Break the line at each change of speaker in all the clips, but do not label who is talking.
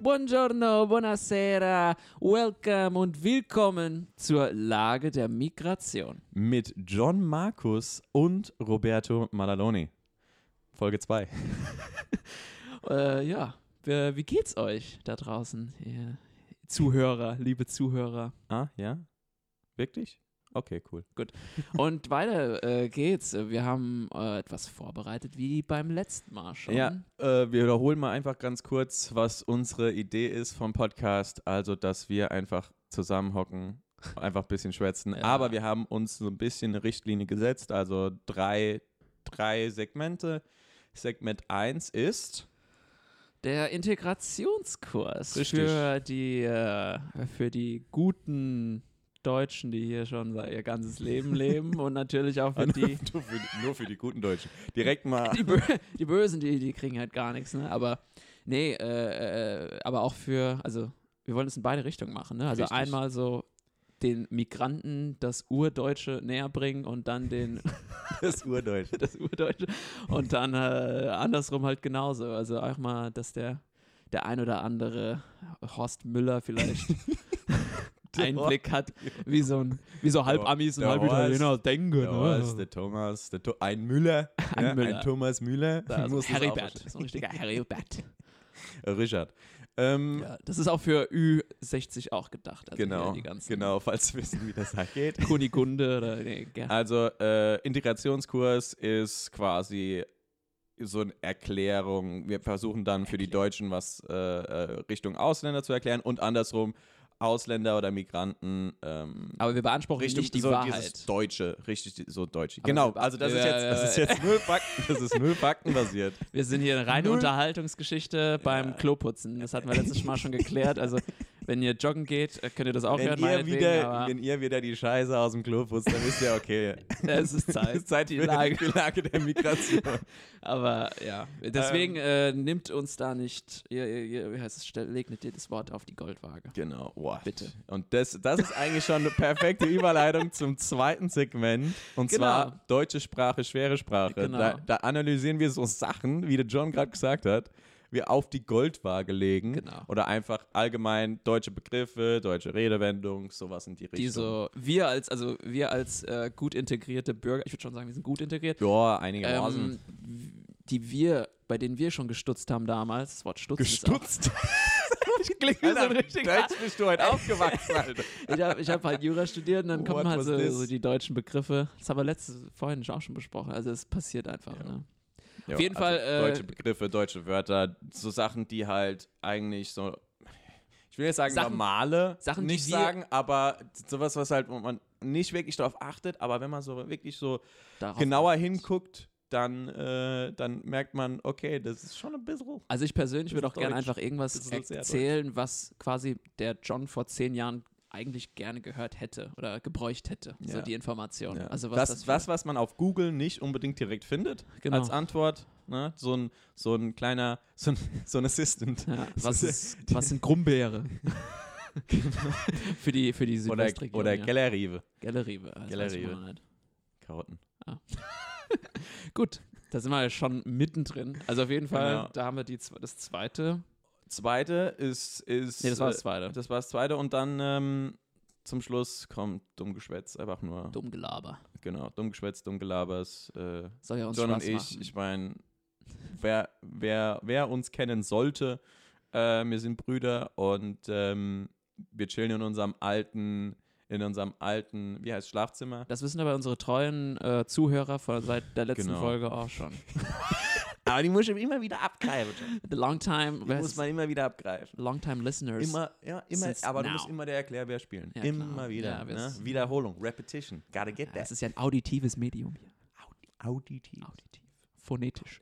Buongiorno, buonasera, welcome und willkommen zur Lage der Migration.
mit John Markus und Roberto Malaloni. Folge 2.
Äh, ja, äh, wie geht's euch da draußen, ihr Zuhörer, liebe Zuhörer?
Ah, ja? Wirklich? Okay, cool.
Und weiter äh, geht's. Wir haben äh, etwas vorbereitet, wie beim letzten Mal schon.
Ja, äh, wir wiederholen mal einfach ganz kurz, was unsere Idee ist vom Podcast. Also, dass wir einfach zusammenhocken, einfach ein bisschen schwätzen.
Ja.
Aber wir haben uns so ein bisschen eine Richtlinie gesetzt. Also drei, drei Segmente. Segment 1 ist.
Der Integrationskurs
Richtig.
für die äh, für die guten Deutschen, die hier schon ihr ganzes Leben leben und natürlich auch für die
nur, für die, nur für die guten Deutschen. Direkt mal.
die, Bö die Bösen, die die kriegen halt gar nichts, ne? Aber nee, äh, äh, aber auch für also wir wollen es in beide Richtungen machen, ne? Also
Richtig.
einmal so den Migranten das Urdeutsche näher bringen und dann den
Das Urdeutsche.
das Urdeutsche. Und dann äh, andersrum halt genauso. Also auch mal, dass der, der ein oder andere Horst Müller vielleicht
Der
Einblick hat, wie so, ein, wie so halb Amis und
Der
halb
Horst-
Italiener denken.
Der Horst,
Ne?
der Thomas, der Tho- ein Müller,
Ein
ja,
Müller.
ein Thomas Müller,
Da, Also
Muss das auch
Heribert,
verstehen.
so ein richtiger Heribert.
Äh, Richard. Ähm,
Ja, das ist auch für Ü60 auch gedacht. Also hier
genau,
Die ganzen
genau, falls wir wissen, wie das geht.
Kunigunde oder nee, ja.
Also äh, Integrationskurs ist quasi so eine Erklärung. Wir versuchen dann für die Deutschen was äh, äh, Richtung Ausländer zu erklären und andersrum Ausländer oder Migranten ähm,
Aber wir beanspruchen
Richtung
nicht die
so dieses
Wahrheit.
Deutsche, richtig die- so Deutsche.
Aber
genau,
wir-
also das ist
ja,
jetzt, das ist jetzt null Fakten, das ist null Fakten basiert.
Wir sind hier eine reine
Null.
Unterhaltungsgeschichte beim Kloputzen. Das hatten wir letztes Mal schon geklärt. Also, wenn ihr joggen geht, äh, könnt ihr das auch
Wenn
hören.
ihr,
meinetwegen,
wieder,
aber
wenn ihr wieder die Scheiße aus dem Klo putzt, dann wisst ihr, okay,
es ist Zeit.
ist Zeit
die
für
Lage.
die Lage der Ähm. Migration.
Aber ja, deswegen äh, nimmt uns da nicht, ihr, ihr, ihr, wie heißt es, Stell- legt nicht jedes Wort auf die Goldwaage.
genau, boah.
Bitte.
Und das, das ist eigentlich schon eine perfekte Überleitung zum zweiten Segment. Und
Genau.
zwar deutsche Sprache, schwere Sprache.
Genau.
Da, da analysieren wir so Sachen, wie der John gerade gesagt hat, wir auf die Goldwaage legen.
Genau.
Oder einfach allgemein deutsche Begriffe, deutsche Redewendung, sowas in die Richtung.
Die so, wir als, also wir als äh, gut integrierte Bürger, ich würde schon sagen, wir sind gut integriert,
ja, einigermaßen.
ähm, die wir, bei denen wir schon gestutzt haben damals, das Wort stutzen ist
gestutzt.
auch, Also ich klinge wie so ein
Alter,
richtiger
Deutsch bist du heute aufgewachsen, Alter.
ich habe ich hab halt Jura studiert und dann kommen
What
halt
was
so,
this?
so die deutschen Begriffe. Das haben wir letztes, vorhin auch schon besprochen. Also es passiert einfach.
Ja.
Ne?
Ja, also
Auf jeden Fall, äh,
deutsche Begriffe, deutsche Wörter, so Sachen, die halt eigentlich so. Ich will jetzt sagen
Sachen-
normale,
Sachen, die
nicht
wir-
sagen, aber sowas, was halt wo man nicht wirklich darauf achtet, aber wenn man so wirklich so
Darauf
genauer hinguckt, dann, äh, dann merkt man, okay, das ist schon ein bisschen.
Also ich persönlich würde auch
Bisschen
gerne
deutsch.
einfach irgendwas
Bisschen sehr
erzählen, was quasi der John vor zehn Jahren eigentlich gerne gehört hätte oder gebräucht hätte. So
Ja.
die Information.
Ja.
Also was
das,
das, für-
was, was man auf Google nicht unbedingt direkt findet
Genau.
als Antwort. Ne? So, ein, so ein kleiner, so ein, so ein Assistant.
ja, was, ist, was sind Grumbeere? für die, für die
Oder,
Südwestregion.
oder
ja.
Gellerive.
Gelleriebe. das weiß
Gelleriebe.
man halt.
Karotten.
Gut, da sind wir ja schon mittendrin. Also auf jeden Fall,
Genau.
da haben wir die, zwe- das zweite.
Zweite ist. ist
Nee, das war das
äh,
zweite.
Das war das zweite und dann ähm, zum Schluss kommt dumm Geschwätz, einfach nur.
Dumm Gelaber.
Genau, dumm Geschwätz, dumm Gelabers. Äh,
Soll ja uns
John und
Spaß
ich,
machen.
ich meine, wer, wer, wer uns kennen sollte, äh, wir sind Brüder und ähm, wir chillen in unserem alten, in unserem alten, wie heißt Schlafzimmer?
das wissen aber unsere treuen äh, Zuhörer von, seit der letzten
Genau.
Folge auch schon.
Aber die muss ich immer wieder abgreifen.
The long time,
Die muss man immer wieder abgreifen.
long time listeners.
Immer, ja, immer,
Since
aber
now.
du musst immer der Erklärbär spielen.
Ja,
immer
klar.
wieder.
Ja, wir
ne?
sind-
Wiederholung, Repetition. Gotta get
ja,
that.
das ist ja ein auditives Medium hier.
Auditiv.
Auditiv. Phonetisch.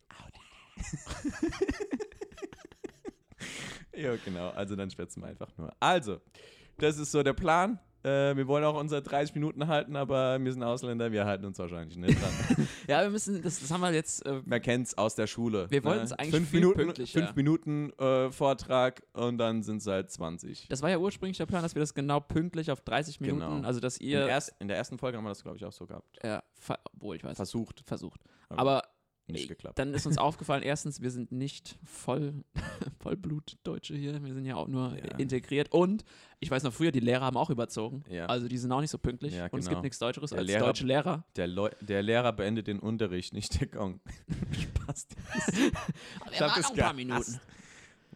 Ja, genau. Also dann schwätzen wir einfach nur. Also, das ist so der Plan. Äh, wir wollen auch unsere 30 Minuten halten, aber wir sind Ausländer, wir halten uns wahrscheinlich nicht dran.
Ja, wir müssen, das, das haben wir jetzt, äh,
Man kennt's aus der Schule. ne?
Wir wollten's eigentlich
fünf
viel
Minuten,
pünktlicher.
Fünf Minuten äh, Vortrag und dann sind es halt 20.
das war ja ursprünglich der Plan, dass wir das genau pünktlich auf 30 Minuten,
Genau.
also dass
In,
ihr,
der erst, in der ersten Folge haben wir das, glaube ich, auch so gehabt.
äh, ver, obwohl ich weiß,
Versucht.
versucht.
Aber
Aber
nicht geklappt.
Dann ist uns aufgefallen, erstens, wir sind nicht voll, Vollblutdeutsche hier. Wir sind ja auch nur
Ja.
integriert. Und ich weiß noch, früher, die Lehrer haben auch überzogen.
Ja.
Also die sind auch nicht so pünktlich.
Ja,
Und es
genau.
gibt nichts Deutscheres
Der
als
Lehrer-
deutsche Lehrer.
Der, Leu der Lehrer beendet den Unterricht, nicht der Gong.
Spaß. wir
hab
waren
das
noch ein paar
gehasst.
Minuten.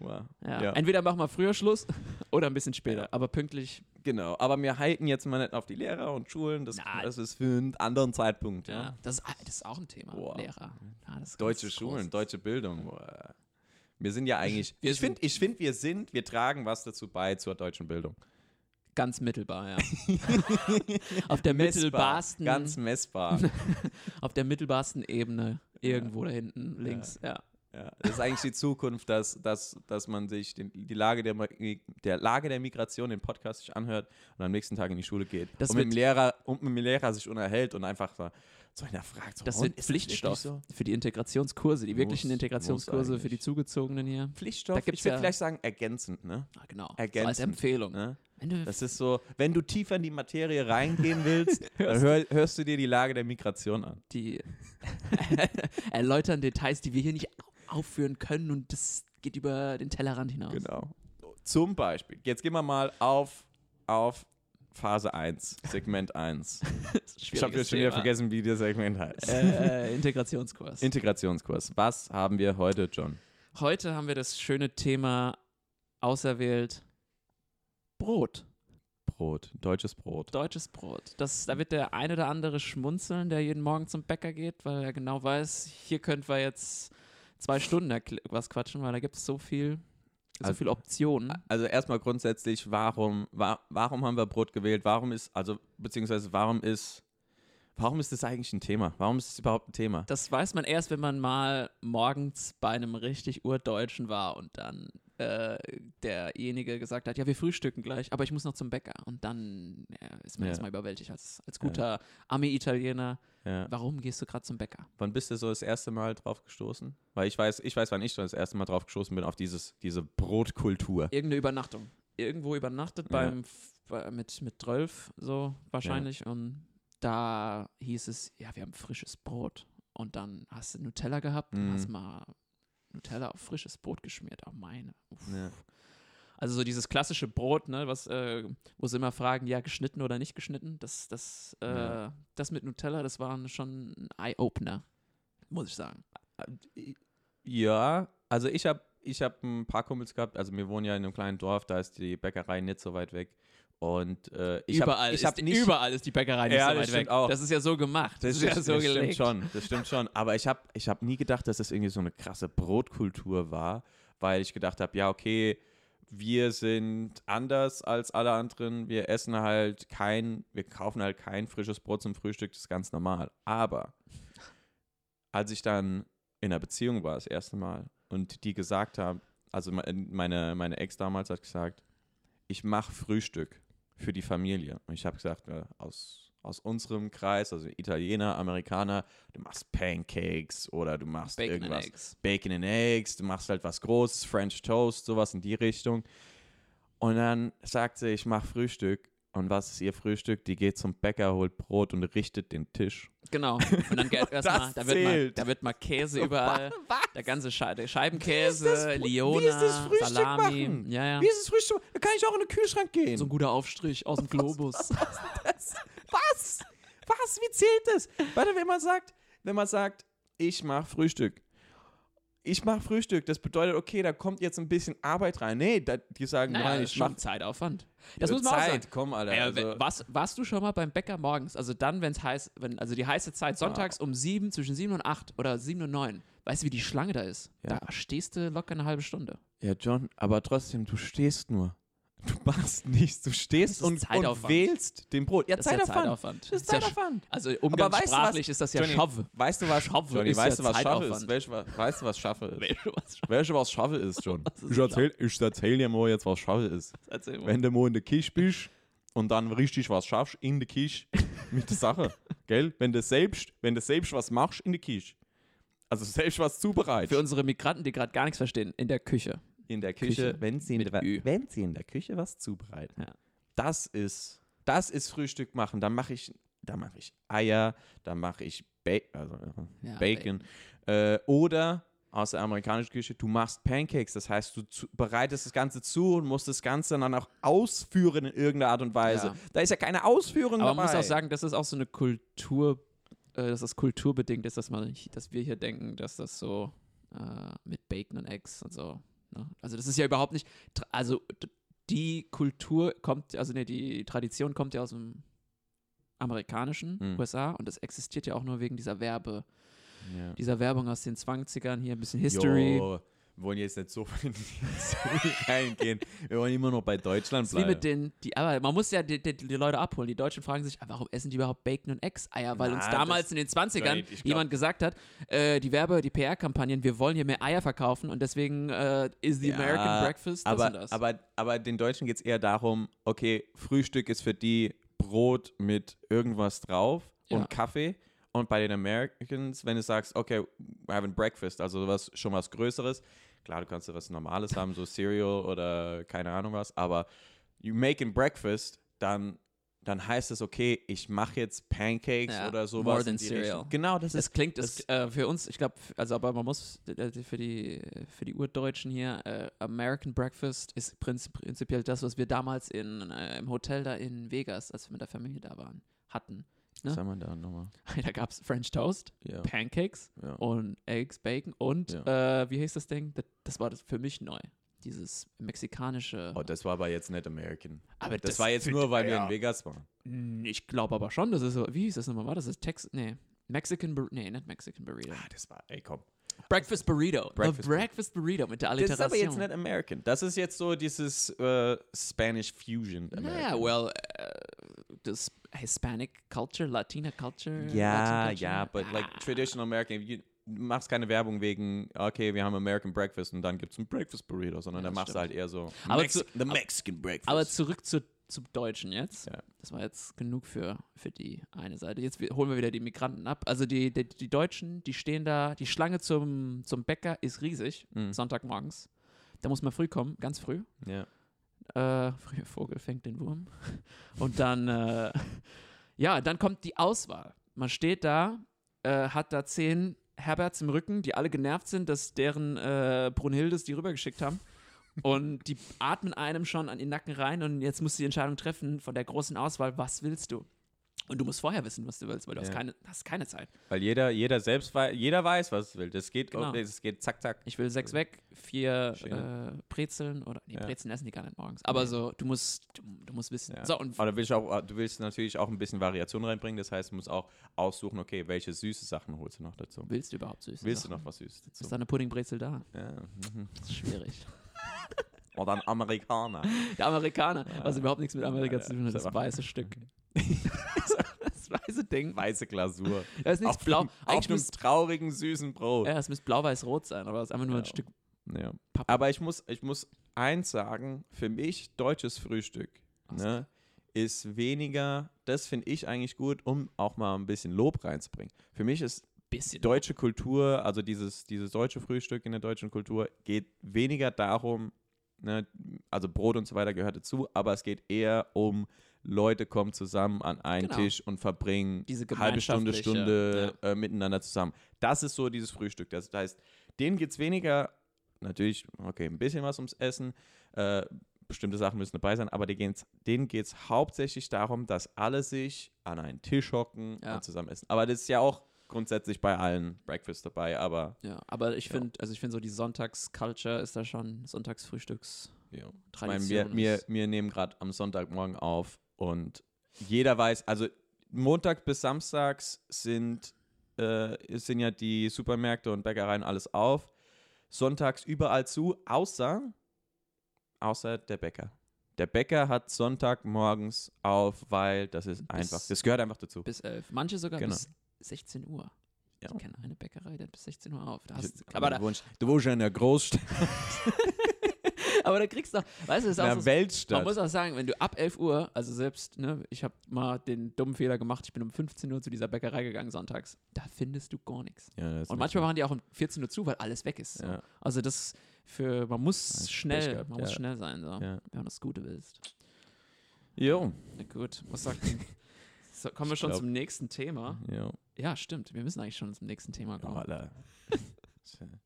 Wow.
Ja.
Ja.
Entweder machen wir früher Schluss oder ein bisschen später. Aber pünktlich,
Genau, aber wir halten jetzt mal nicht auf die Lehrer und Schulen, das,
Na.
das ist für einen anderen Zeitpunkt. Ja.
ja. Das ist, das ist auch ein Thema.
Boah.
Lehrer. Ja, das ist ganz
Deutsche
groß.
Schulen, deutsche Bildung. Boah. Wir sind ja eigentlich,
Wir
ich finde, ich find, wir sind, wir tragen was dazu bei zur deutschen Bildung.
Ganz mittelbar, ja. auf der mittelbarsten,
Ganz messbar.
auf der mittelbarsten Ebene, irgendwo da hinten links, ja.
ja. Das ist eigentlich die Zukunft, dass, dass, dass man sich den, die Lage der, Mi- der Lage der Migration, den Podcast sich anhört und am nächsten Tag in die Schule geht
Das
und, mit dem
wird-
Lehrer, und mit dem Lehrer sich unterhält und einfach so, so hinterfragt. So,
Das
und
wird
ist wirklich
Pflichtstoff
so?
für die Integrationskurse, die wirklichen
Muss-
Integrationskurse
muss
für die
eigentlich.
Zugezogenen hier.
Pflichtstoff,
Da gibt's
ich würde
ja-
vielleicht sagen ergänzend, ne?
Ah, genau. So als
Ergänzend,
Empfehlung.
ne?
Wenn du
Das ist so, wenn du tiefer in die Materie reingehen willst, dann hör, hörst du dir die Lage der Migration an.
die erläutern Details, die wir hier nicht au- aufführen können und das geht über den Tellerrand hinaus.
Genau. Zum Beispiel, jetzt gehen wir mal auf, auf Phase 1, Segment 1. ich habe jetzt schon wieder vergessen, wie das Segment heißt.
Äh, äh, Integrationskurs.
Integrationskurs. Was haben wir heute, John?
Heute haben wir das schöne Thema auserwählt Brot,
Brot, deutsches Brot.
deutsches Brot. Das, da wird der ein oder andere schmunzeln, der jeden Morgen zum Bäcker geht, weil er genau weiß, hier könnten wir jetzt zwei Stunden erkl- was quatschen, weil da gibt es so viel, so
Also-
viele Optionen.
Also erstmal grundsätzlich, warum, wa warum haben wir Brot gewählt? Warum ist, also beziehungsweise warum ist, warum ist das eigentlich ein Thema? Warum ist es überhaupt ein Thema?
Das weiß man erst, wenn man mal morgens bei einem richtig Urdeutschen war und dann äh, derjenige gesagt hat, ja, wir frühstücken gleich, aber ich muss noch zum Bäcker. Und dann ja, ist man
Ja.
erstmal überwältigt als, als guter Ami-Italiener.
Ja.
Warum gehst du gerade zum Bäcker?
Wann bist du so das erste Mal drauf gestoßen? Weil ich weiß, ich weiß, wann ich so das erste Mal drauf gestoßen bin auf dieses, diese Brotkultur.
Irgendeine Übernachtung. Irgendwo übernachtet
Ja.
beim F- bei, mit, mit 12 so wahrscheinlich. Und da hieß es, ja, wir haben frisches Brot. Und dann hast du Nutella gehabt und
Mhm.
hast mal Nutella auf frisches Brot geschmiert. Oh meine. Uff.
Ja.
Also so dieses klassische Brot, ne, was, äh, wo sie immer fragen, ja, geschnitten oder nicht geschnitten, das, das, äh,
Ja.
das mit Nutella, das war schon ein Eye-Opener, muss ich sagen.
Ja, also ich habe ich hab ein paar Kumpels gehabt, also wir wohnen ja in einem kleinen Dorf, da ist die Bäckerei nicht so weit weg. Und äh, ich
überall,
hab, ich hab
ist,
nicht,
überall ist die Bäckerei nicht
Ja,
so
das
weit
stimmt
weg.
auch.
Das ist ja so gemacht. Das, ist ja so
das stimmt
gelegt.
schon, das stimmt schon. Aber ich habe ich hab nie gedacht, dass das irgendwie so eine krasse Brotkultur war, weil ich gedacht habe, ja, okay, wir sind anders als alle anderen. Wir essen halt kein, wir kaufen halt kein frisches Brot zum Frühstück, das ist ganz normal. Aber als ich dann in einer Beziehung war, das erste Mal, und die gesagt haben, also me- meine, meine Ex damals hat gesagt, ich mache Frühstück für die Familie. Und ich habe gesagt, ja, aus, aus unserem Kreis, also Italiener, Amerikaner, du machst Pancakes oder du machst
Bacon and
irgendwas.
Eggs.
Bacon and Eggs, du machst halt was Großes, French Toast, sowas in die Richtung. Und dann sagt sie, ich mache Frühstück. Und was ist ihr Frühstück? Die geht zum Bäcker, holt Brot und richtet den Tisch.
Genau. Und dann geht erstmal, da, wird mal-
zählt.
da wird mal Käse überall. Der ganze Schei der Scheibenkäse,
das- wie
Liona,
ist das Frühstück
Salami.
machen?
Ja, ja.
ist das Frühstück? Da kann ich auch in den Kühlschrank gehen.
So ein guter Aufstrich
Oh
aus dem Globus.
Was? Was? Wie zählt das? Warte, wenn man sagt, wenn man sagt, ich mache Frühstück. Ich mache Frühstück, das bedeutet, okay, da kommt jetzt ein bisschen Arbeit rein. Nee, da, die sagen,
Naja,
nein,
das ist
ich mache
schon Zeitaufwand. Das muss man auch sagen.
Zeit, komm, Alter.
Äh,
also,
we- was, warst du schon mal beim Bäcker morgens? Also dann, wenn es heiß, wenn, also die heiße Zeit sonntags um sieben, zwischen sieben und acht oder sieben und neun. Weißt du, wie die Schlange da ist?
Ja.
Da stehst du locker eine halbe Stunde.
Ja, John, aber trotzdem, du stehst nur. Du machst nichts. Du stehst
ist
und, und
Zeitaufwand.
wählst den Brot. Ja,
Das ist ja
Zeitaufwand.
Zeitaufwand.
Das ist
ja sch-
Zeitaufwand.
also
Aber weißt du was?
umgangssprachlich ist das ja
Johnny,
Schaffe.
Weißt du, was
Schaffe
Johnny,
ist
weißt du,
ja
was Schaffe ist?
Zeitaufwand.
Weißt, du, was- weißt du, was Schaffe ist?
Was
Weißt du, was Schaffe ist, John?
ist
ich erzähl, ich erzähl dir mal jetzt, was Schaffe ist.
erzähl mal.
Wenn du mal in der Kisch bist und dann richtig was schaffst in der Kisch mit der Sache, gell? Wenn du selbst, wenn du selbst was machst in der Kisch, also selbst was zubereitest.
Für unsere Migranten, die gerade gar nichts verstehen, in der Küche.
in der
Küche
wenn sie in,
mit Ü.
wenn sie in der Küche was zubereiten.
Ja.
Das ist das ist Frühstück machen, dann mache ich da mache ich Eier, da mache ich ba also, äh,
Ja,
Bacon. Äh, oder aus der amerikanischen Küche, du machst Pancakes. Das heißt, du zu, bereitest das Ganze zu und musst das Ganze dann auch ausführen in irgendeiner Art und Weise.
Ja.
Da ist ja keine Ausführung
Aber
dabei.
man muss auch sagen, das ist auch so eine Kultur, äh, dass das kulturbedingt ist, dass man nicht, dass wir hier denken, dass das so äh, mit Bacon und Eggs und so. Ne? Also das ist ja überhaupt nicht. tra- Also d- die Kultur kommt, also nee, die Tradition kommt ja aus dem amerikanischen
Hm.
USA und das existiert ja auch nur wegen dieser Werbe,
ja.
dieser Werbung aus den 20ern, hier ein bisschen History.
Jo, wir wollen jetzt nicht so viel in die History reingehen. Wir wollen immer noch bei Deutschland
Das ist wie
bleiben.
mit den, die, aber man muss ja die, die, die Leute abholen. Die Deutschen fragen sich, ah, warum essen die überhaupt Bacon und Eggs Eier? Weil
Na,
uns
das-
damals in den 20ern
Right, ich glaub-
jemand gesagt hat, äh, die Werbe, die PR-Kampagnen, wir wollen hier mehr Eier verkaufen und deswegen äh, ist the
Ja,
American Breakfast das
aber,
und das.
Aber, aber den Deutschen geht es eher darum, okay, Frühstück ist für die Brot mit irgendwas drauf
Ja.
und Kaffee. Und bei den Americans, wenn du sagst, okay, we're having breakfast, also was, schon was Größeres, klar, du kannst ja was Normales haben, so Cereal oder keine Ahnung was, aber you making breakfast, dann, dann heißt es, okay, ich mache jetzt Pancakes
Ja,
oder sowas.
more
in
than
die
cereal.
Richtung. Genau, das ist
das klingt das,
das-
äh, für uns, ich glaube, also aber man muss äh, für die für die Urdeutschen hier äh, American Breakfast ist prinz, prinzipiell das, was wir damals in äh, im Hotel da in Vegas, als wir mit der Familie da waren, hatten. ne?
Sag mal da nochmal.
Da gab es French Toast,
Ja,
Pancakes
ja.
und Eggs, Bacon und äh, wie hieß das Ding? Das, das war das für mich neu. Dieses mexikanische.
Oh, das war aber jetzt nicht American.
aber
Das, war jetzt nur, weil wir in Vegas waren.
Vegas. Ich glaube aber schon, das ist so. Wie hieß das nochmal? War das das Tex? Nee. Mexican Burrito. Nee, nicht Mexican Burrito.
Ah, das war, ey, komm.
Breakfast Burrito.
Breakfast
The Breakfast Burrito mit der
Das
Alliteration.
ist aber jetzt nicht American. Das ist jetzt so dieses äh, Spanish Fusion.
Naja,
American.
well, äh, das Hispanic Culture, Latina Culture.
ja,
Latin
ja,
Culture.
but like
Ah.
traditional American, you machst keine Werbung wegen, okay, wir haben American Breakfast und dann gibt's ein Breakfast Burrito, sondern
Ja,
dann
das
machst du
stimmt.
halt eher so
Aber
Mex-
zu-
the Mexican Breakfast.
Aber zurück zu, zum Deutschen jetzt.
Ja.
Das war jetzt genug für, für die eine Seite. Jetzt wi- holen wir wieder die Migranten ab. Also die, die, die Deutschen, die stehen da, die Schlange zum, zum Bäcker ist riesig,
Mhm.
Sonntagmorgens. Da muss man früh kommen, ganz früh.
ja.
Äh, früher Vogel fängt den Wurm. Und dann, äh, ja, dann kommt die Auswahl. Man steht da, äh, hat da zehn Herberts im Rücken, die alle genervt sind, dass deren äh, Brunhildes die rübergeschickt haben. Und die atmen einem schon an den Nacken rein und jetzt musst du die Entscheidung treffen von der großen Auswahl, was willst du? Und du musst vorher wissen, was du willst, weil du hast,
Ja.
keine, hast keine Zeit.
Weil jeder, jeder selbst weiß, jeder weiß, was es will. Das geht,
Genau.
das geht zack, zack.
Ich will sechs weg, vier
Schere.
äh, Brezeln oder, nee,
Ja.
Brezeln essen die gar nicht morgens. Aber so, du musst, du, du musst wissen.
Ja.
So, und
Aber du willst, auch, du willst natürlich auch ein bisschen Variation reinbringen, das heißt, du musst auch aussuchen, okay, welche süße Sachen holst du noch dazu.
willst du überhaupt süß?
Willst du noch was Süßes
Ist
dazu?
da eine Puddingbrezel da?
Ja. mhm.
Das ist schwierig.
Oder ein Amerikaner.
Der Amerikaner, was überhaupt nichts mit Amerika
Ja,
zu tun hat,
ist
das
einfach-
weiße Stück. das weiße Ding.
Weiße Glasur.
Da ist nichts
Auf
blau.
einem- Auf
Eigentlich
einem
muss
traurigen, süßen Brot.
ja, es muss blau-weiß-rot sein, aber es ist einfach nur ein
Ja.
Stück.
Ja.
Pappe.
Aber ich muss, ich muss eins sagen, für mich deutsches Frühstück
Ach so.
ne, ist weniger, das finde ich eigentlich gut, um auch mal ein bisschen Lob reinzubringen. Für mich ist
Bisschen.
deutsche Kultur, also dieses, dieses deutsche Frühstück in der deutschen Kultur, geht weniger darum, ne, also Brot und so weiter gehört dazu, aber es geht eher um Leute kommen zusammen an einen
Genau.
Tisch und verbringen
Diese
halbe Stunde,
gemeinschaftliche,
Stunde äh, miteinander zusammen. Das ist so dieses Frühstück. Das heißt, denen geht es weniger, natürlich, okay, ein bisschen was ums Essen, äh, bestimmte Sachen müssen dabei sein, aber die gehen's- denen geht es hauptsächlich darum, dass alle sich an einen Tisch hocken
Ja.
und zusammen essen. Aber das ist ja auch grundsätzlich bei allen Breakfast dabei, aber
Ja, aber ich
Ja.
finde, also ich finde so die Sonntagsculture ist da schon Sonntagsfrühstücks.
ja. Ich meine, wir,
Tradition
wir,
ist-
wir nehmen gerade am Sonntagmorgen auf und jeder weiß, also Montag bis Samstags sind, äh, sind ja die Supermärkte und Bäckereien alles auf. Sonntags überall zu, außer, außer der Bäcker. Der Bäcker hat Sonntagmorgens auf, weil das ist einfach, das gehört einfach dazu.
bis elf. Manche sogar
Genau.
bis 16 Uhr.
Ja.
Ich kenne eine Bäckerei, die hat bis 16 Uhr auf. Da
Ich-
hast, aber,
du,
da,
wohnst, du wohnst ja in der Großstadt,
aber da kriegst du auch, weißt du, das
in
ist auch
der
so,
Weltstadt.
Man muss auch sagen, wenn du ab 11 Uhr, also selbst, ne, ich habe mal den dummen Fehler gemacht, ich bin um 15 Uhr zu dieser Bäckerei gegangen sonntags, da findest du gar nichts.
Ja, das ist
Und manchmal machen die auch um 14 Uhr zu, weil alles weg ist. So.
Ja.
Also das für, man
Ja,
muss
Pech
schnell,
gehabt,
man muss
ja.
schnell sein, so,
Ja.
wenn du das Gute willst.
Jo.
Na gut, was sagt so, Kommen wir
Ich
schon
glaub-
zum nächsten Thema.
jo.
Ja, stimmt. Wir müssen eigentlich schon zum nächsten Thema
Ja,
kommen.
Alter.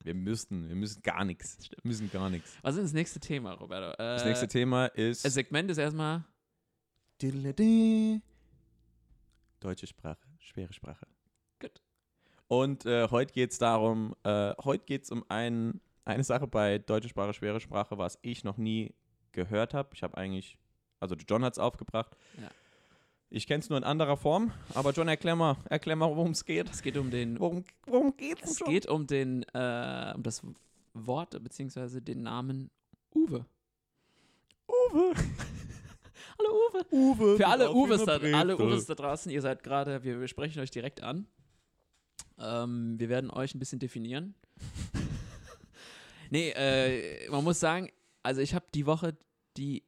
wir müssen, wir müssen gar nichts. Wir müssen gar nichts.
Was ist das nächste Thema, Roberto? Äh,
Das nächste Thema ist
Das Segment ist erstmal.
Diddle-a-dee. deutsche Sprache, schwere Sprache.
Gut.
Und äh, heute geht es darum, äh, heute geht es um ein, eine Sache bei deutsche Sprache, schwere Sprache, was ich noch nie gehört habe. Ich habe eigentlich, also John hat es aufgebracht.
Ja.
Ich kenne es nur in anderer Form, aber John, erklär mal, erklär mal worum es geht.
Es geht um den.
Worum, worum geht's
Es
John?
geht um den, äh, um das Wort bzw. den Namen Uwe.
Uwe.
Hallo Uwe.
Uwe.
Für alle Uwes, da,
da,
alle Uwes da draußen, ihr seid gerade, wir, wir sprechen euch direkt an. Ähm, wir werden euch ein bisschen definieren. nee, äh, man muss sagen, also ich habe die Woche die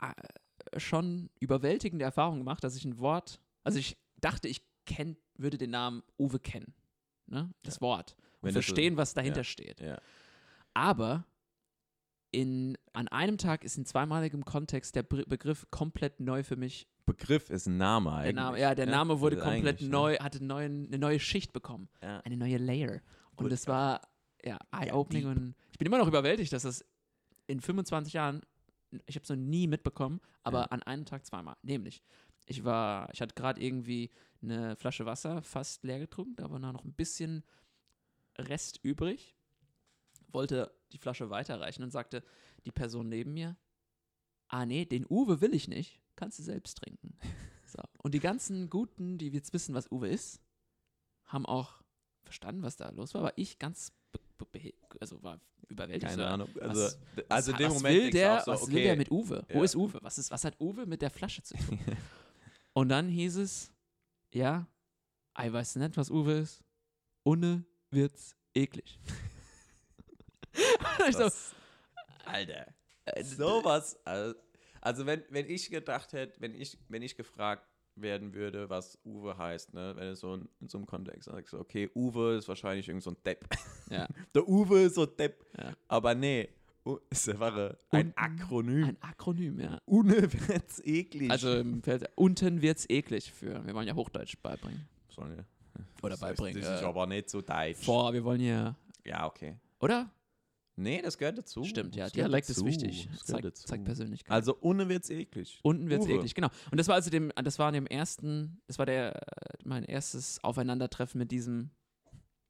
äh, schon überwältigende Erfahrung gemacht, dass ich ein Wort, also ich dachte, ich kenn, würde den Namen Uwe kennen. Ne? Das Wort. Und
Wenn das so-
verstehen, was dahinter steht.
Ja.
Aber in, an einem Tag ist in zweimaligem Kontext der Br- Begriff komplett neu für mich.
Begriff ist ein Name
Der
eigentlich.
Name, ja, der Name wurde
Also
komplett
eigentlich,
neu, hatte einen neuen, eine neue Schicht bekommen,
Ja.
eine neue Layer. Und
Gut.
es war ja, eye-opening und ich bin immer noch überwältigt, dass das in 25 Jahren, ich habe es noch nie mitbekommen, aber
Ja.
an einem Tag zweimal. Nämlich, ich war, ich hatte gerade irgendwie eine Flasche Wasser fast leer getrunken, da war noch ein bisschen Rest übrig, wollte die Flasche weiterreichen und sagte die Person neben mir, ah nee, den Uwe will ich nicht, kannst du selbst trinken. So. Und die ganzen Guten, die jetzt wissen, was Uwe ist, haben auch verstanden, was da los war, aber ich ganz, be- be- behe- also war überwältigt.
Keine
so,
Ahnung. Also,
was-
d- also
was,
in dem
was
Moment
will
denkst du
der,
auch so,
was
okay,
will der mit Uwe? Wo
Ja.
ist Uwe? Was, ist, was hat Uwe mit der Flasche zu tun? Und dann hieß es, ja, ich weiß nicht, was Uwe ist. Ohne wird's eklig. Also, ich so,
das, Alter,
Äh,
sowas. Also, also wenn, wenn ich gedacht hätte, wenn ich, wenn ich gefragt werden würde, was Uwe heißt, ne, wenn es so in, in so einem Kontext, dann sagst du, okay, Uwe ist wahrscheinlich irgend so ein Depp.
Ja.
Der Uwe ist so ein Depp.
Ja.
Aber nee, U- es war ein
Unten
Akronym.
ein Akronym, ja.
Une wird's eklig.
Also im Feld, unten wird's eklig für, wir wollen ja Hochdeutsch beibringen.
Sorry.
Oder beibringen.
Das ist
Äh,
aber nicht so deutsch.
vor, wir wollen ja,
Ja, okay.
oder?
Nee, das gehört dazu.
Stimmt, ja,
Das Uh, gehört
Dialekt ist
dazu.
wichtig.
Das gehört
Zeigt
dazu.
zeigt Persönlichkeit.
Also ohne wird's eklig.
Unten wird es
Uwe.
eklig, genau. Und das war also dem, das war an dem ersten, das war der, äh, mein erstes Aufeinandertreffen mit diesem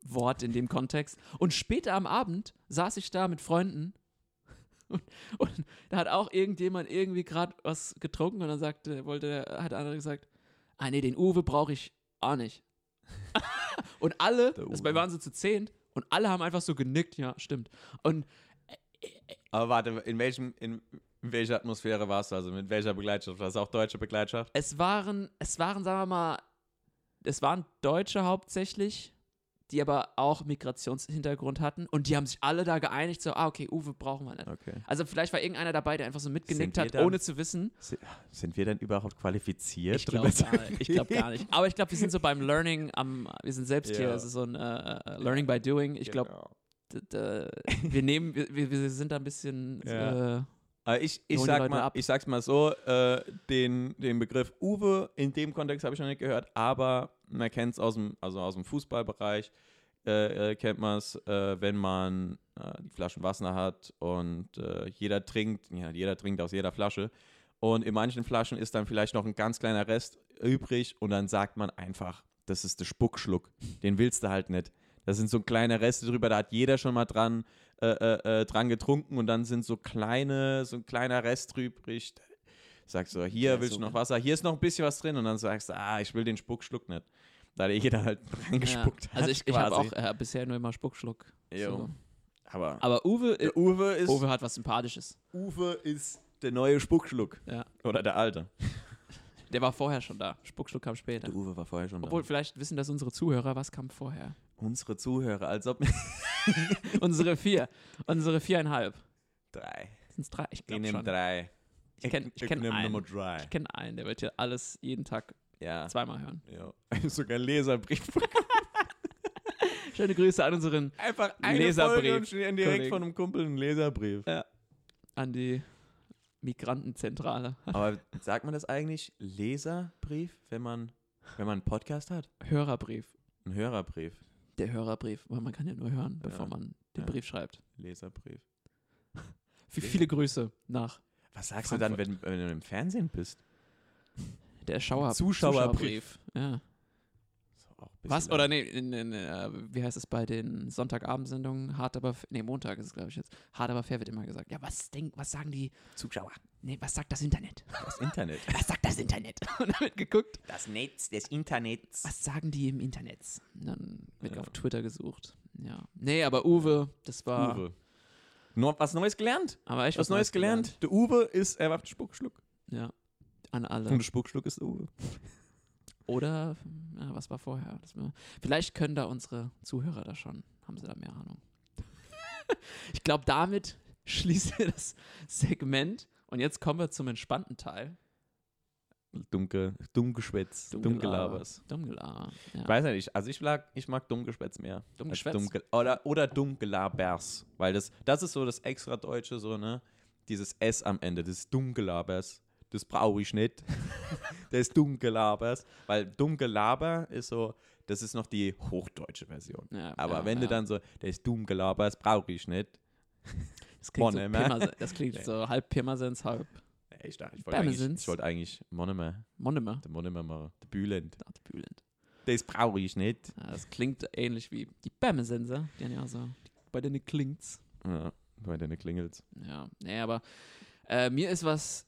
Wort in dem Kontext. Und später am Abend saß ich da mit Freunden und, und da hat auch irgendjemand irgendwie gerade was getrunken und dann sagte, wollte, hat der andere gesagt, ah nee, den Uwe brauche ich auch nicht. und alle,
Der
das
Uwe.
wir waren so zu zehnt und alle haben einfach so genickt, ja, stimmt. Und
Aber warte, in welchem, in welcher Atmosphäre warst du? Also mit welcher Begleitschaft? War es auch deutsche Begleitschaft?
Es waren, es waren, sagen wir mal, es waren Deutsche hauptsächlich, die aber auch Migrationshintergrund hatten und die haben sich alle da geeinigt, so, ah, okay, Uwe brauchen wir nicht.
Okay.
Also vielleicht war irgendeiner dabei, der einfach so mitgenickt
Sind wir
hat,
dann-
ohne zu wissen.
Sind wir denn überhaupt qualifiziert?
Ich glaube gar, nicht. Ich glaub gar nicht. Aber ich glaube, wir sind so beim Learning, am, wir sind selbst hier,
Ja.
es ist so ein äh, äh, Learning by Doing. Ich glaube,
Genau.
wir nehmen, wir, wir wir sind da ein bisschen
Ja.
äh,
Aber ich, ich,
Holen die
sag
Leute
mal,
ab.
ich sag's mal so, äh, den, den Begriff Uwe, in dem Kontext habe ich noch nicht gehört, aber man kennt es aus dem, also aus dem Fußballbereich, äh, äh, kennt man es, äh, wenn man äh, die Flaschen Wasser hat und äh, jeder trinkt, ja, jeder trinkt aus jeder Flasche. Und in manchen Flaschen ist dann vielleicht noch ein ganz kleiner Rest übrig und dann sagt man einfach, das ist der Spuckschluck, den willst du halt nicht. Da sind so kleine Reste drüber, da hat jeder schon mal dran, äh, äh, äh, dran getrunken und dann sind so kleine, so ein kleiner Rest übrig. Sagst du, hier
Ja,
willst
so
du noch
genau.
Wasser, hier ist noch ein bisschen was drin und dann sagst du, ah, ich will den Spuckschluck nicht. Da der jeder halt reingespuckt
ja.
hat.
Also ich, ich habe auch
quasi.
äh, bisher nur immer Spuckschluck.
Jo.
So.
Aber
Aber Uwe, äh,
der Uwe ist, Uwe.
Uwe hat was Sympathisches.
ist der neue Spuckschluck.
Ja.
Oder der alte.
Der war vorher schon da. Spuckschluck kam später.
Uwe war vorher schon
Obwohl, vielleicht wissen das unsere Zuhörer, was kam vorher?
Unsere Zuhörer, als ob.
unsere vier. Unsere viereinhalb.
drei.
Sind drei? Ich
Ich
glaube
nehme
schon.
drei.
Ich kenne ich kenn
nehme Nummer
einen.
drei. Ah.
Ich kenne einen, der wird hier alles jeden Tag
Ja.
zweimal hören.
ja. Sogar Leserbrief.
Schöne Grüße an unseren,
Einfach eine
Leserbrief,
Folge und schon direkt
Kollegen.
von einem Kumpel einen Leserbrief.
an die Migrantenzentrale.
Aber sagt man das eigentlich Leserbrief, wenn man Wenn man einen Podcast hat,
Hörerbrief.
einen Hörerbrief,
Der Hörerbrief, weil man kann ja nur hören, bevor
Ja.
man den
Ja.
Brief schreibt.
Leserbrief.
Wie viele Grüße nach
Was sagst du dann, wenn, wenn du im Fernsehen bist?
der Schauer
Zuschauerbrief.
Zuschauerbrief. Ja.
Ist auch ein bisschen
Was? Oder
lang.
nee, in, in, äh, wie heißt es bei den Sonntagabendsendungen? Hart aber fair, nee, Montag ist es, glaube ich, jetzt. Hart aber fair wird immer gesagt. Ja, was denkt, was sagen die Zuschauer? Nee, was sagt das Internet?
Das Internet.
Was sagt das Internet? Und dann wird geguckt,
Das Netz des Internets.
was sagen die im Internet? Und dann wird
Ja.
auf Twitter gesucht. Ja. Nee, aber Uwe, das war.
Uwe. Ah. Nur was Neues gelernt.
Aber echt
was, Neues gelernt. Der Uwe ist, er war der Spuckschluck.
gelernt. Ja. An alle.
Und der Spuckschluck ist der Uwe.
Oder, ja, was war vorher? Das war, vielleicht können da unsere Zuhörer da schon, haben sie da mehr Ahnung. ich glaube, damit schließen wir das Segment. Und jetzt kommen wir zum entspannten Teil.
Dunkel, Dummgeschwätz, Dummgelabers.
Dummgelaber.
Ich
ah, Ja.
weiß ja nicht, also ich, lag, ich mag Dummgeschwätz mehr. als
Dummgeschwätz.
Dummge oder, oder Dummgelabers. Weil das, das ist so das extra Deutsche, so, ne? Dieses S am Ende, das Dummgelabers. Das brauche ich nicht. das Dummgelabers. Weil Dummgelaber ist so, das ist noch die hochdeutsche Version.
Ja,
Aber
ja,
wenn du
ja.
dann so, das Dummgelabers brauche ich nicht.
Das klingt, so,
Monomer.
Pirmasens- das klingt so halb Pirmasens, halb
Ey, Ich dachte, ich wollte eigentlich,
Bamesens.
ich wollte eigentlich Monomer,
Monomer.
der Monomer machen, der Bülent.
Dachte Bülent.
Das brauche ich nicht.
Ja, das klingt ähnlich wie die Bämmesenser. Die haben ja auch so, bei denen klingt's.
Ja, bei denen klingelt
Ja, nee, aber äh, mir ist was.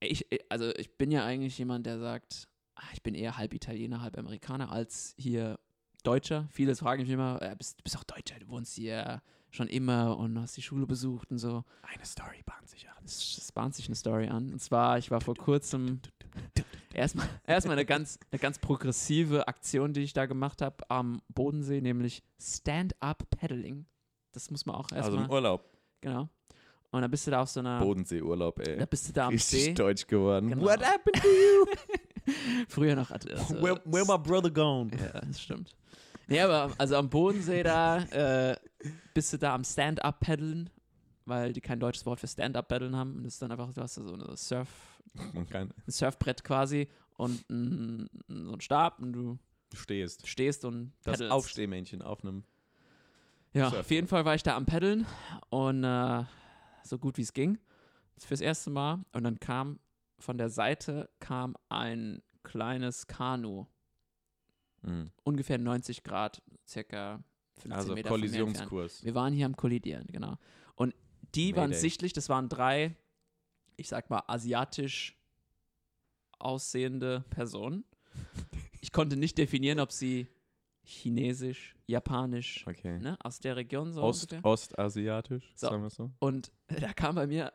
Ich, ich- also ich bin ja eigentlich jemand, der sagt, ah, ich bin eher halb Italiener, halb Amerikaner als hier Deutscher. Viele fragen mich immer, äh, bist, du bist auch Deutscher, du wohnst hier schon immer und hast die Schule besucht und so.
Eine Story bahnt sich an.
Das, das bahnt sich eine Story an. Und zwar, ich war vor kurzem erstmal, erstmal eine, ganz, eine ganz progressive Aktion, die ich da gemacht habe am Bodensee, nämlich Stand-Up-Paddling. Das muss man auch
Also
erstmal.
im Urlaub.
genau. Und dann bist du da auf so
Ah.
einer.
Bodenseeurlaub,
Da
ey.
bist du da am
Richtig
See.
deutsch geworden.
Genau.
What happened to you?
Früher noch hatte das. äh,
where, where my brother gone?
ja, das stimmt. Nee, aber also am Bodensee da äh, bist du da am Stand-up paddeln, weil die kein deutsches Wort für Stand-up paddeln haben. Und das ist dann einfach, du hast da so eine Surf,
Man kann,
ein Surfbrett quasi und ein, so ein Stab und du
du stehst.
stehst und
Das
paddelst.
Aufstehmännchen auf einem.
Ja,
Surfen.
auf jeden Fall war ich da am Paddeln und äh, so gut wie es ging. Fürs erste Mal. Und dann kam von der Seite kam ein kleines Kanu.
Mhm.
ungefähr 90 Grad, circa 15
Also
Meter von mir entfernt.
Kollisionskurs.
Wir waren hier am Kollidieren, genau. Und die waren
Mayday.
sichtlich, das waren drei, ich sag mal, asiatisch aussehende Personen. Ich konnte nicht definieren, ob sie chinesisch, japanisch,
Okay.
ne, aus der Region so
Ost,
ungefähr.
Ostasiatisch,
So.
sagen wir so.
Und da kam bei mir,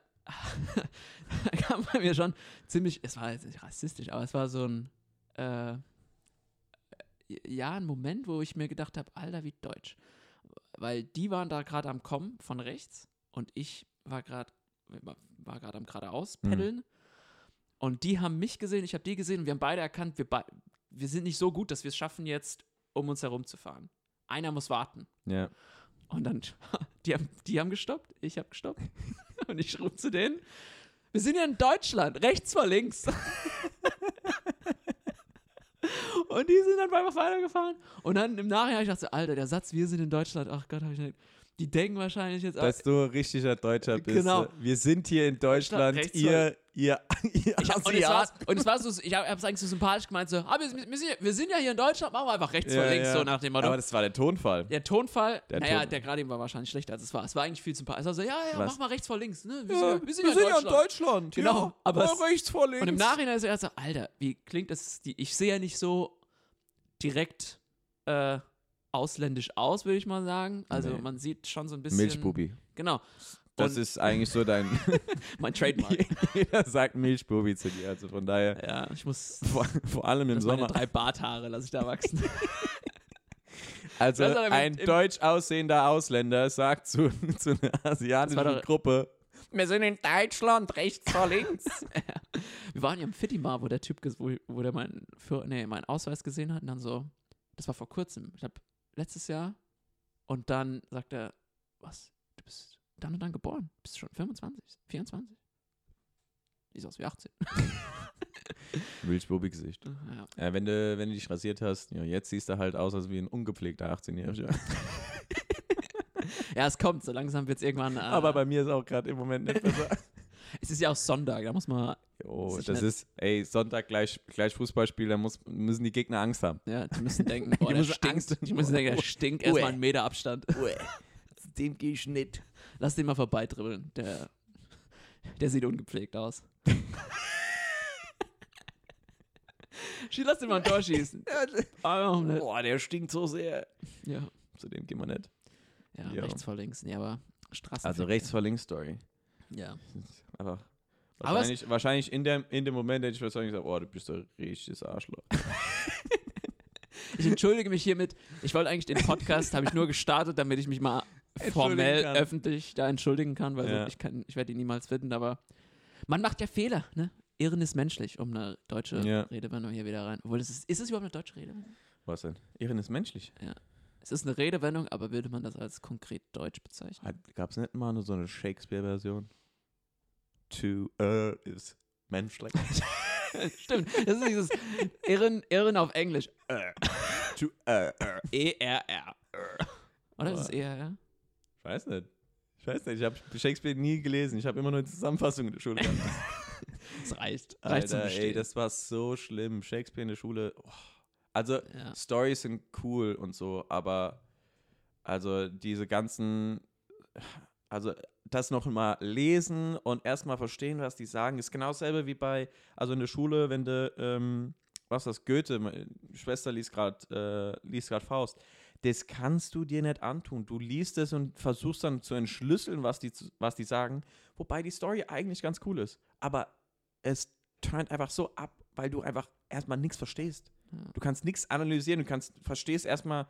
da kam bei mir schon ziemlich, es war jetzt nicht rassistisch, aber es war so ein, äh, ja, ein Moment, wo ich mir gedacht habe, Alter, wie deutsch. Weil die waren da gerade am Kommen von rechts und ich war gerade war gerade am geradeaus
Mhm.
paddeln. Und die haben mich gesehen, ich habe die gesehen und wir haben beide erkannt, wir, bei- wir sind nicht so gut, dass wir es schaffen, jetzt um uns herum zu fahren. Einer muss warten.
Ja.
Und dann, die haben, die haben gestoppt, ich habe gestoppt. Und ich rufe zu denen, wir sind ja in Deutschland, rechts vor links. Und die sind dann einfach weitergefahren. Und dann im Nachhinein hab ich gedacht, so, Alter, der Satz, wir sind in Deutschland, ach Gott, hab ich nicht. Die denken wahrscheinlich jetzt,
Dass du ein richtiger Deutscher bist.
Genau.
Wir sind hier in Deutschland.
Rechts
Ihr, ihr, ihr
ah, ich hab, und, es war,
Asiaten.
und es war so, ich habe es eigentlich so sympathisch gemeint, so, ah, wir, sind- wir, sind, ja- wir sind ja hier in Deutschland, machen wir einfach rechts vor
Ja,
links,
ja.
so nach dem Motto.
Aber das war der Tonfall.
Der Tonfall,
Der
naja,
Ton-
der gerade eben war wahrscheinlich schlechter, als es war. Es war eigentlich viel sympathischer. Also, ja, ja,
Was?
mach mal rechts vor links. Ne? Wir, sind, ja, wir sind ja in
in
Deutschland.
Deutschland.
Genau,
Ja,
aber
ja,
es-
rechts vor links.
Und im Nachhinein ist er erst so, Alter, wie klingt das? Die, ich sehe ja nicht so direkt äh, ausländisch aus, würde ich mal sagen. Also
Nee.
man sieht schon so ein bisschen.
Milchbubi.
Genau.
Das
Und-
ist eigentlich so dein.
Mein Trademark.
Jeder sagt Milchbubi zu dir. Also von daher,
ja, ich muss.
vor, vor allem im
das sind meine
Sommer.
drei Barthaare lasse ich da wachsen.
Also
Das ist aber im-
ein
im-
deutsch aussehender Ausländer sagt zu, zu einer asiatischen
Das war doch-
Gruppe: Wir sind in Deutschland, rechts vor links.
Wir waren ja im Fittimar, wo der Typ, ges- wo, wo der meinen Führ- nee, meinen Ausweis gesehen hat und dann so, das war vor kurzem, ich glaube letztes Jahr. Und dann sagt er, was, du bist dann und dann geboren, bist schon 25, 24? Sieht aus wie 18.
Milchbubig-Gesicht.
Ja.
Äh, wenn, du, wenn du dich rasiert hast, ja, jetzt siehst du halt aus, als wie ein ungepflegter 18-Jähriger.
ja, es kommt, so langsam wird es irgendwann. Äh,
Aber bei mir ist auch gerade im Moment nicht besser.
es ist ja auch Sonntag, da muss man.
Oh,
Ist
das
nicht-
ist, ey, Sonntag gleich, gleich Fußballspiel, da muss, müssen die Gegner Angst haben.
Ja, die müssen denken, boah,
Die
der
müssen
stinkt.
Angst- Oh,
Die müssen denken, der stinkt erstmal einen Meter Abstand.
Dem gehe ich nicht.
Lass den mal vorbeidribbeln. Der, der sieht ungepflegt aus. Schie- Lass den mal ein Tor schießen. Ah, warum nicht?
Boah, der stinkt so sehr.
Ja,
Zu dem gehen wir nicht.
ja,
Ja.
rechts vor links. Nee, aber Straßen.
Also rechts vor links Story.
Ja.
Einfach.
Aber es-
Wahrscheinlich, wahrscheinlich in, dem, in dem Moment hätte ich wahrscheinlich gesagt, oh, du bist ein richtiges Arschloch.
Ich entschuldige mich hiermit. Ich wollte eigentlich den Podcast, habe ich nur gestartet, damit ich mich mal
Entschuldigen
formell
kann.
öffentlich da entschuldigen kann, weil
Ja.
ich, kann, ich werde ihn niemals finden, aber man macht ja Fehler, ne? Irren ist menschlich, um eine deutsche
Ja.
Redewendung hier wieder rein. Obwohl, das ist, ist es überhaupt eine deutsche Redewendung?
Was denn? Irren ist menschlich.
Es ist eine Redewendung, aber würde man das als konkret deutsch bezeichnen?
Gab es nicht mal nur so eine Shakespeare-Version? To err is menschlich.
Stimmt, das ist dieses Irren, Irren auf Englisch.
to err, err.
E-R-R. Oder ist es E
Boah.
E-R-R?
Ich weiß nicht. Ich weiß nicht, ich habe Shakespeare nie gelesen. Ich habe immer nur die Zusammenfassung in der Schule gehabt.
Es reicht. reicht zum
Alter, ey,
Bestehen.
das war so schlimm. Shakespeare in der Schule. Oh. Also,
ja.
Stories sind cool und so, aber also diese ganzen, also das noch mal lesen und erstmal verstehen, was die sagen, ist genau dasselbe wie bei, also in der Schule, wenn du, ähm, was ist das, Goethe, meine Schwester liest gerade äh, liest grad Faust, das kannst du dir nicht antun. Du liest es und versuchst dann zu entschlüsseln, was die, zu- was die sagen, wobei die Story eigentlich ganz cool ist, aber es turnt einfach so ab, weil du einfach erstmal nichts verstehst. Du kannst nichts analysieren, du kannst, verstehst erstmal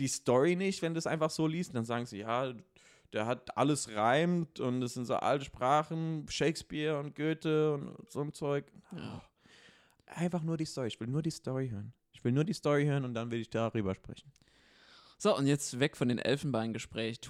die Story nicht, wenn du es einfach so liest. Und dann sagen sie, ja, der hat alles reimt und das sind so alte Sprachen, Shakespeare und Goethe und so ein Zeug.
Ja.
Einfach nur die Story. Ich will nur die Story hören. Ich will nur die Story hören und dann will ich darüber sprechen.
So, und jetzt weg von den Elfenbeingespräch,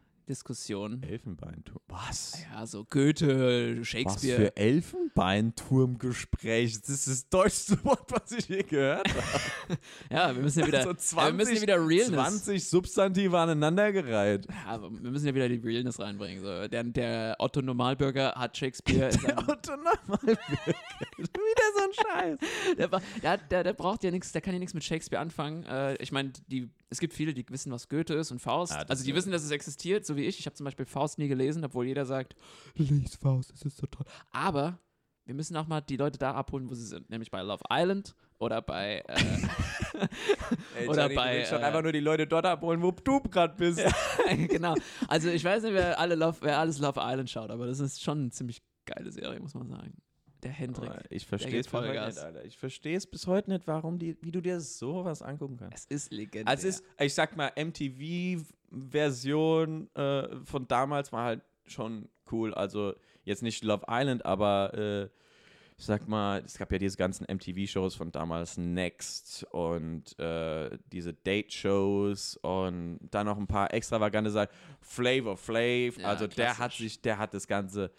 Turm-Diskussionen.
Elfenbeinturm. Was?
Ja, so Goethe,
Was
Shakespeare.
für Elfenbeinturmgespräch? Das ist das deutschste Wort, was ich je gehört habe.
Ja, wir müssen ja wieder,
So
ja, wir müssen ja
20
wieder Realness.
20 Substantive aneinandergereiht.
Ja, aber wir müssen ja wieder die Realness reinbringen. So. Der, der Otto Normalbürger hat Shakespeare. in seinem-
Autonomalbürger. Wieder so ein Scheiß.
der, war- der, hat- der, der braucht ja nichts, der kann ja nichts mit Shakespeare anfangen. Äh, ich meine, die, es gibt viele, die wissen, was Goethe ist und Faust.
Ah, das
also die
ist-
wissen, dass es existiert, so wie ich. Ich habe zum Beispiel Faust nie gelesen, obwohl jeder sagt,
Lies Faust, es ist so toll.
aber wir müssen auch mal die Leute da abholen, wo sie sind. Nämlich bei Love Island oder bei... Äh,
Ey,
Oder
Johnny,
bei,
Du willst doch
äh,
einfach nur die Leute dort abholen, wo du gerade bist.
genau. Also ich weiß nicht, wer, alle Love, wer alles Love Island schaut, aber das ist schon eine ziemlich geile Serie, muss man sagen. Der Hendrik.
Ich
Der
verstehe
gibt
es bis heute
Vollgas.
nicht, Alter. Ich verstehe es bis heute nicht, warum die, wie du dir sowas angucken kannst.
Es ist legendär.
Also es ist, ich sag mal, MTV-Version äh, von damals war halt schon cool. Also jetzt nicht Love Island, aber äh, ich sag mal, es gab ja diese ganzen MTV-Shows von damals, Next und äh, diese Date-Shows und dann noch ein paar extravagante Sachen. Flavor Flav,
Ja,
also der hat
klassisch.
sich, der hat das Ganze.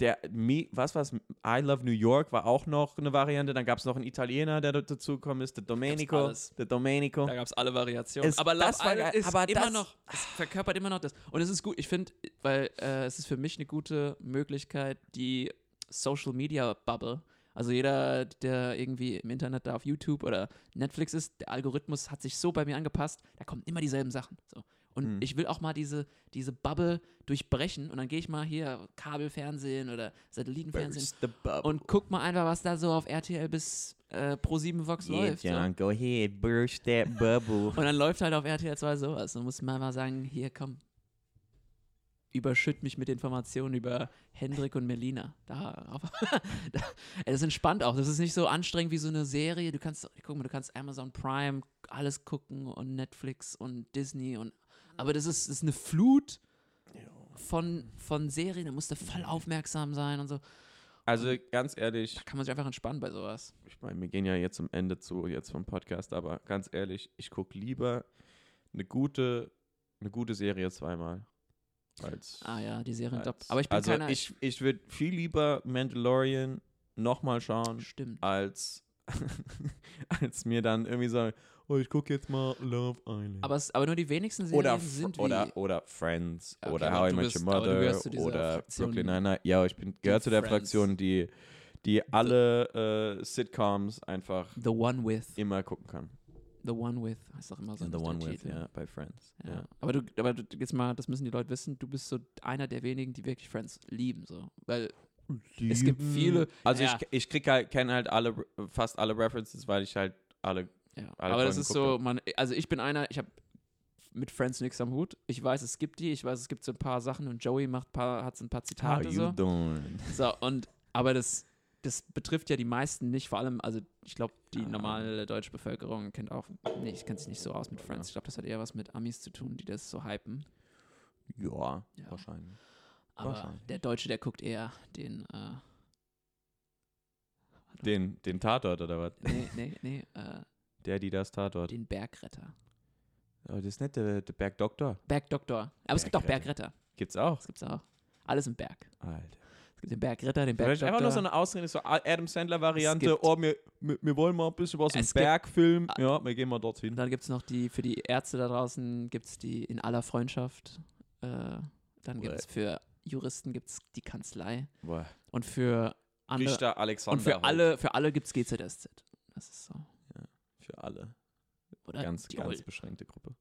Der, Mi- was war's? I Love New York war auch noch eine Variante. Dann gab es noch einen Italiener, der dort dazugekommen ist, der Domenico.
alles.
Der Domenico.
da gab es alle Variationen.
Es-
aber Love
das war
Island
geil,
ist
aber
immer
das-
noch, es verkörpert immer noch das. Und es ist gut, ich finde, weil äh, es ist für mich eine gute Möglichkeit, die Social Media Bubble. Also jeder, der irgendwie im Internet da auf YouTube oder Netflix ist, der Algorithmus hat sich so bei mir angepasst, da kommen immer dieselben Sachen. So. Und
Hm.
ich will auch mal diese, diese Bubble durchbrechen und dann gehe ich mal hier Kabelfernsehen oder Satellitenfernsehen
the bubble.
und guck mal einfach, was da so auf RTL bis äh, Pro7 Vox läuft. So.
go ahead, burst that bubble.
Und dann läuft halt auf RTL 2 sowas. Dann muss man mal sagen, hier komm, überschütt mich mit Informationen über Hendrik und Melina. Da, auf, da, Ey, das ist entspannt auch. Das ist nicht so anstrengend wie so eine Serie. Du kannst, guck mal, du kannst Amazon Prime alles gucken und Netflix und Disney und aber das ist, das ist eine Flut von, von Serien. Da musst du voll aufmerksam sein und so.
Also ganz ehrlich,
Da kann man sich einfach entspannen bei sowas.
ich meine, wir gehen ja jetzt zum Ende zu, jetzt vom Podcast, aber ganz ehrlich, ich gucke lieber eine gute, eine gute Serie zweimal. Als,
Ah ja, die Serien
als
top. Aber ich bin
also
keiner.
ich, ich würde viel lieber Mandalorian nochmal schauen,
Stimmt.
als, als mir dann irgendwie sagen, oh, ich gucke jetzt mal Love Island.
Aber, es, aber nur die wenigsten Serien
oder, Fr-
sind wie.
oder, oder Friends
Ja, okay,
oder
aber
How I
du
Met
bist-
Your
aber du
Mother
gehörst zu dieser
oder
Fraktion-
Brooklyn Nine-Nine. Ja, ich bin, gehöre zu der
Friends.
Fraktion, die, die alle äh, Sitcoms einfach
The One With.
immer gucken kann.
The One With heißt doch immer so.
The
nicht
One
der
With,
Titel.
ja, bei Friends.
Ja.
Ja.
Aber du, aber du, jetzt mal, das müssen die Leute wissen, du bist so einer der wenigen, die wirklich Friends lieben, so. Weil, Es gibt viele-
Also
ja.
ich, ich krieg halt, kenne halt alle, fast alle References, weil ich halt alle.
ja.
Alle
aber das
Folgen
ist
geguckt
so, man, also ich bin einer, ich habe mit Friends nichts am Hut. Ich weiß, es gibt die, ich weiß, es gibt so ein paar Sachen und Joey macht paar, hat so ein paar Zitate
Ah,
so.
doing?
So, und, aber das, das betrifft ja die meisten nicht, vor allem, also ich glaube, die
Ah.
normale deutsche Bevölkerung kennt auch, nee, ich kenne sich nicht so aus mit Friends. Ich glaube, das hat eher was mit Amis zu tun, die das so hypen.
Ja,
Ja.
wahrscheinlich.
Aber
Wahrscheinlich.
der Deutsche, der guckt eher den, äh,
Den, den Tatort oder was?
nee, nee, nee, äh,
Der, die das Tatort.
den Bergretter.
Oh, das ist nicht der, der Bergdoktor.
Bergdoktor. Aber es gibt auch
Bergretter.
Bergretter.
Gibt's auch.
Das gibt's auch. Alles im Berg.
Alter.
Es gibt den Bergretter, den
Vielleicht einfach nur so
Bergdoktor.
eine Ausrede, so Adam
Es
Sandler-Variante.
gibt-
Oh, wir, wir, wir wollen mal ein bisschen was im
Es gibt-
Bergfilm. Ja, wir gehen mal dorthin.
Und dann gibt's noch die, für die Ärzte da draußen gibt's die in aller Freundschaft. Äh, dann gibt's für Juristen gibt's die Kanzlei.
Boah.
Und für andere.
Richter Alexander.
Und für
Holt.
alle, für alle gibt's GZSZ. Das ist so.
Für alle.
Äh, Oder?
Ganz,
die
ganz
Old-
beschränkte Gruppe.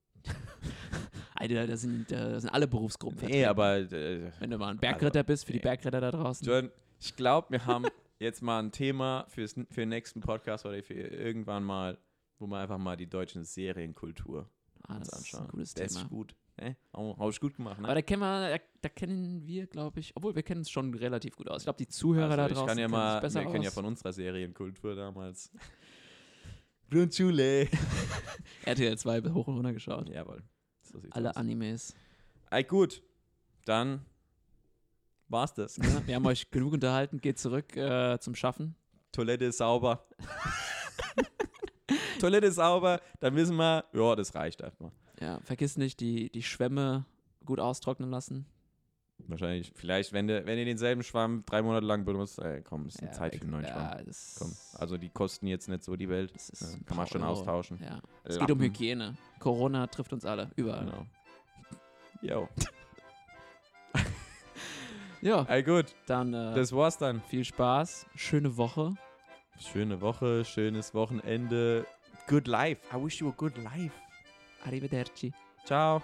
Alter, da sind, da sind alle Berufsgruppen
Nee,
vertreten.
aber. Äh,
Wenn du mal ein Bergretter bist, für die
nee.
Bergretter da draußen.
John, ich glaube, wir haben jetzt mal ein Thema fürs, für den nächsten Podcast oder für irgendwann mal, wo wir einfach mal die deutsche Serienkultur
ah, das
uns
ist
anschauen.
ein gutes
das
Thema.
ist gut. Äh? Habe ich gut gemacht,
Aber
ne?
da kennen wir, da, da kennen wir, glaube ich, obwohl wir kennen uns schon relativ gut aus. Ich glaube, die Zuhörer da
Also,
draußen
ich kann ja
kennen
mal,
sich besser
wir kennen ja
aus.
von unserer Serienkultur damals. Grundschule.
RTL 2 hoch und runter geschaut.
Jawohl. So sieht's
Alle
aus.
Animes.
Ey, gut. Dann war's das.
Ne? Wir haben euch genug unterhalten. Geht zurück äh, zum Schaffen.
Toilette ist sauber. Toilette ist sauber. Dann wissen wir, ja, das reicht erstmal.
Ja, vergiss nicht, die, die Schwämme gut austrocknen lassen.
Wahrscheinlich, vielleicht, wenn du, wenn ihr denselben Schwamm drei Monate lang benutzt, ey, komm, ist eine
ja,
Zeit für einen neuen Schwamm.
Ja, das,
Komm, also die kosten jetzt nicht so die Welt.
das ist
Ja,
ein
kann
paar
man schon
Euro.
austauschen.
Ja. Es geht um
Lappen.
Hygiene. Corona trifft uns alle, überall.
Genau. Jo.
Ja,
Ey, gut,
dann äh,
das war's dann.
viel Spaß, schöne Woche.
Schöne Woche, schönes Wochenende. Good life. I wish you a good life.
Arrivederci.
Ciao.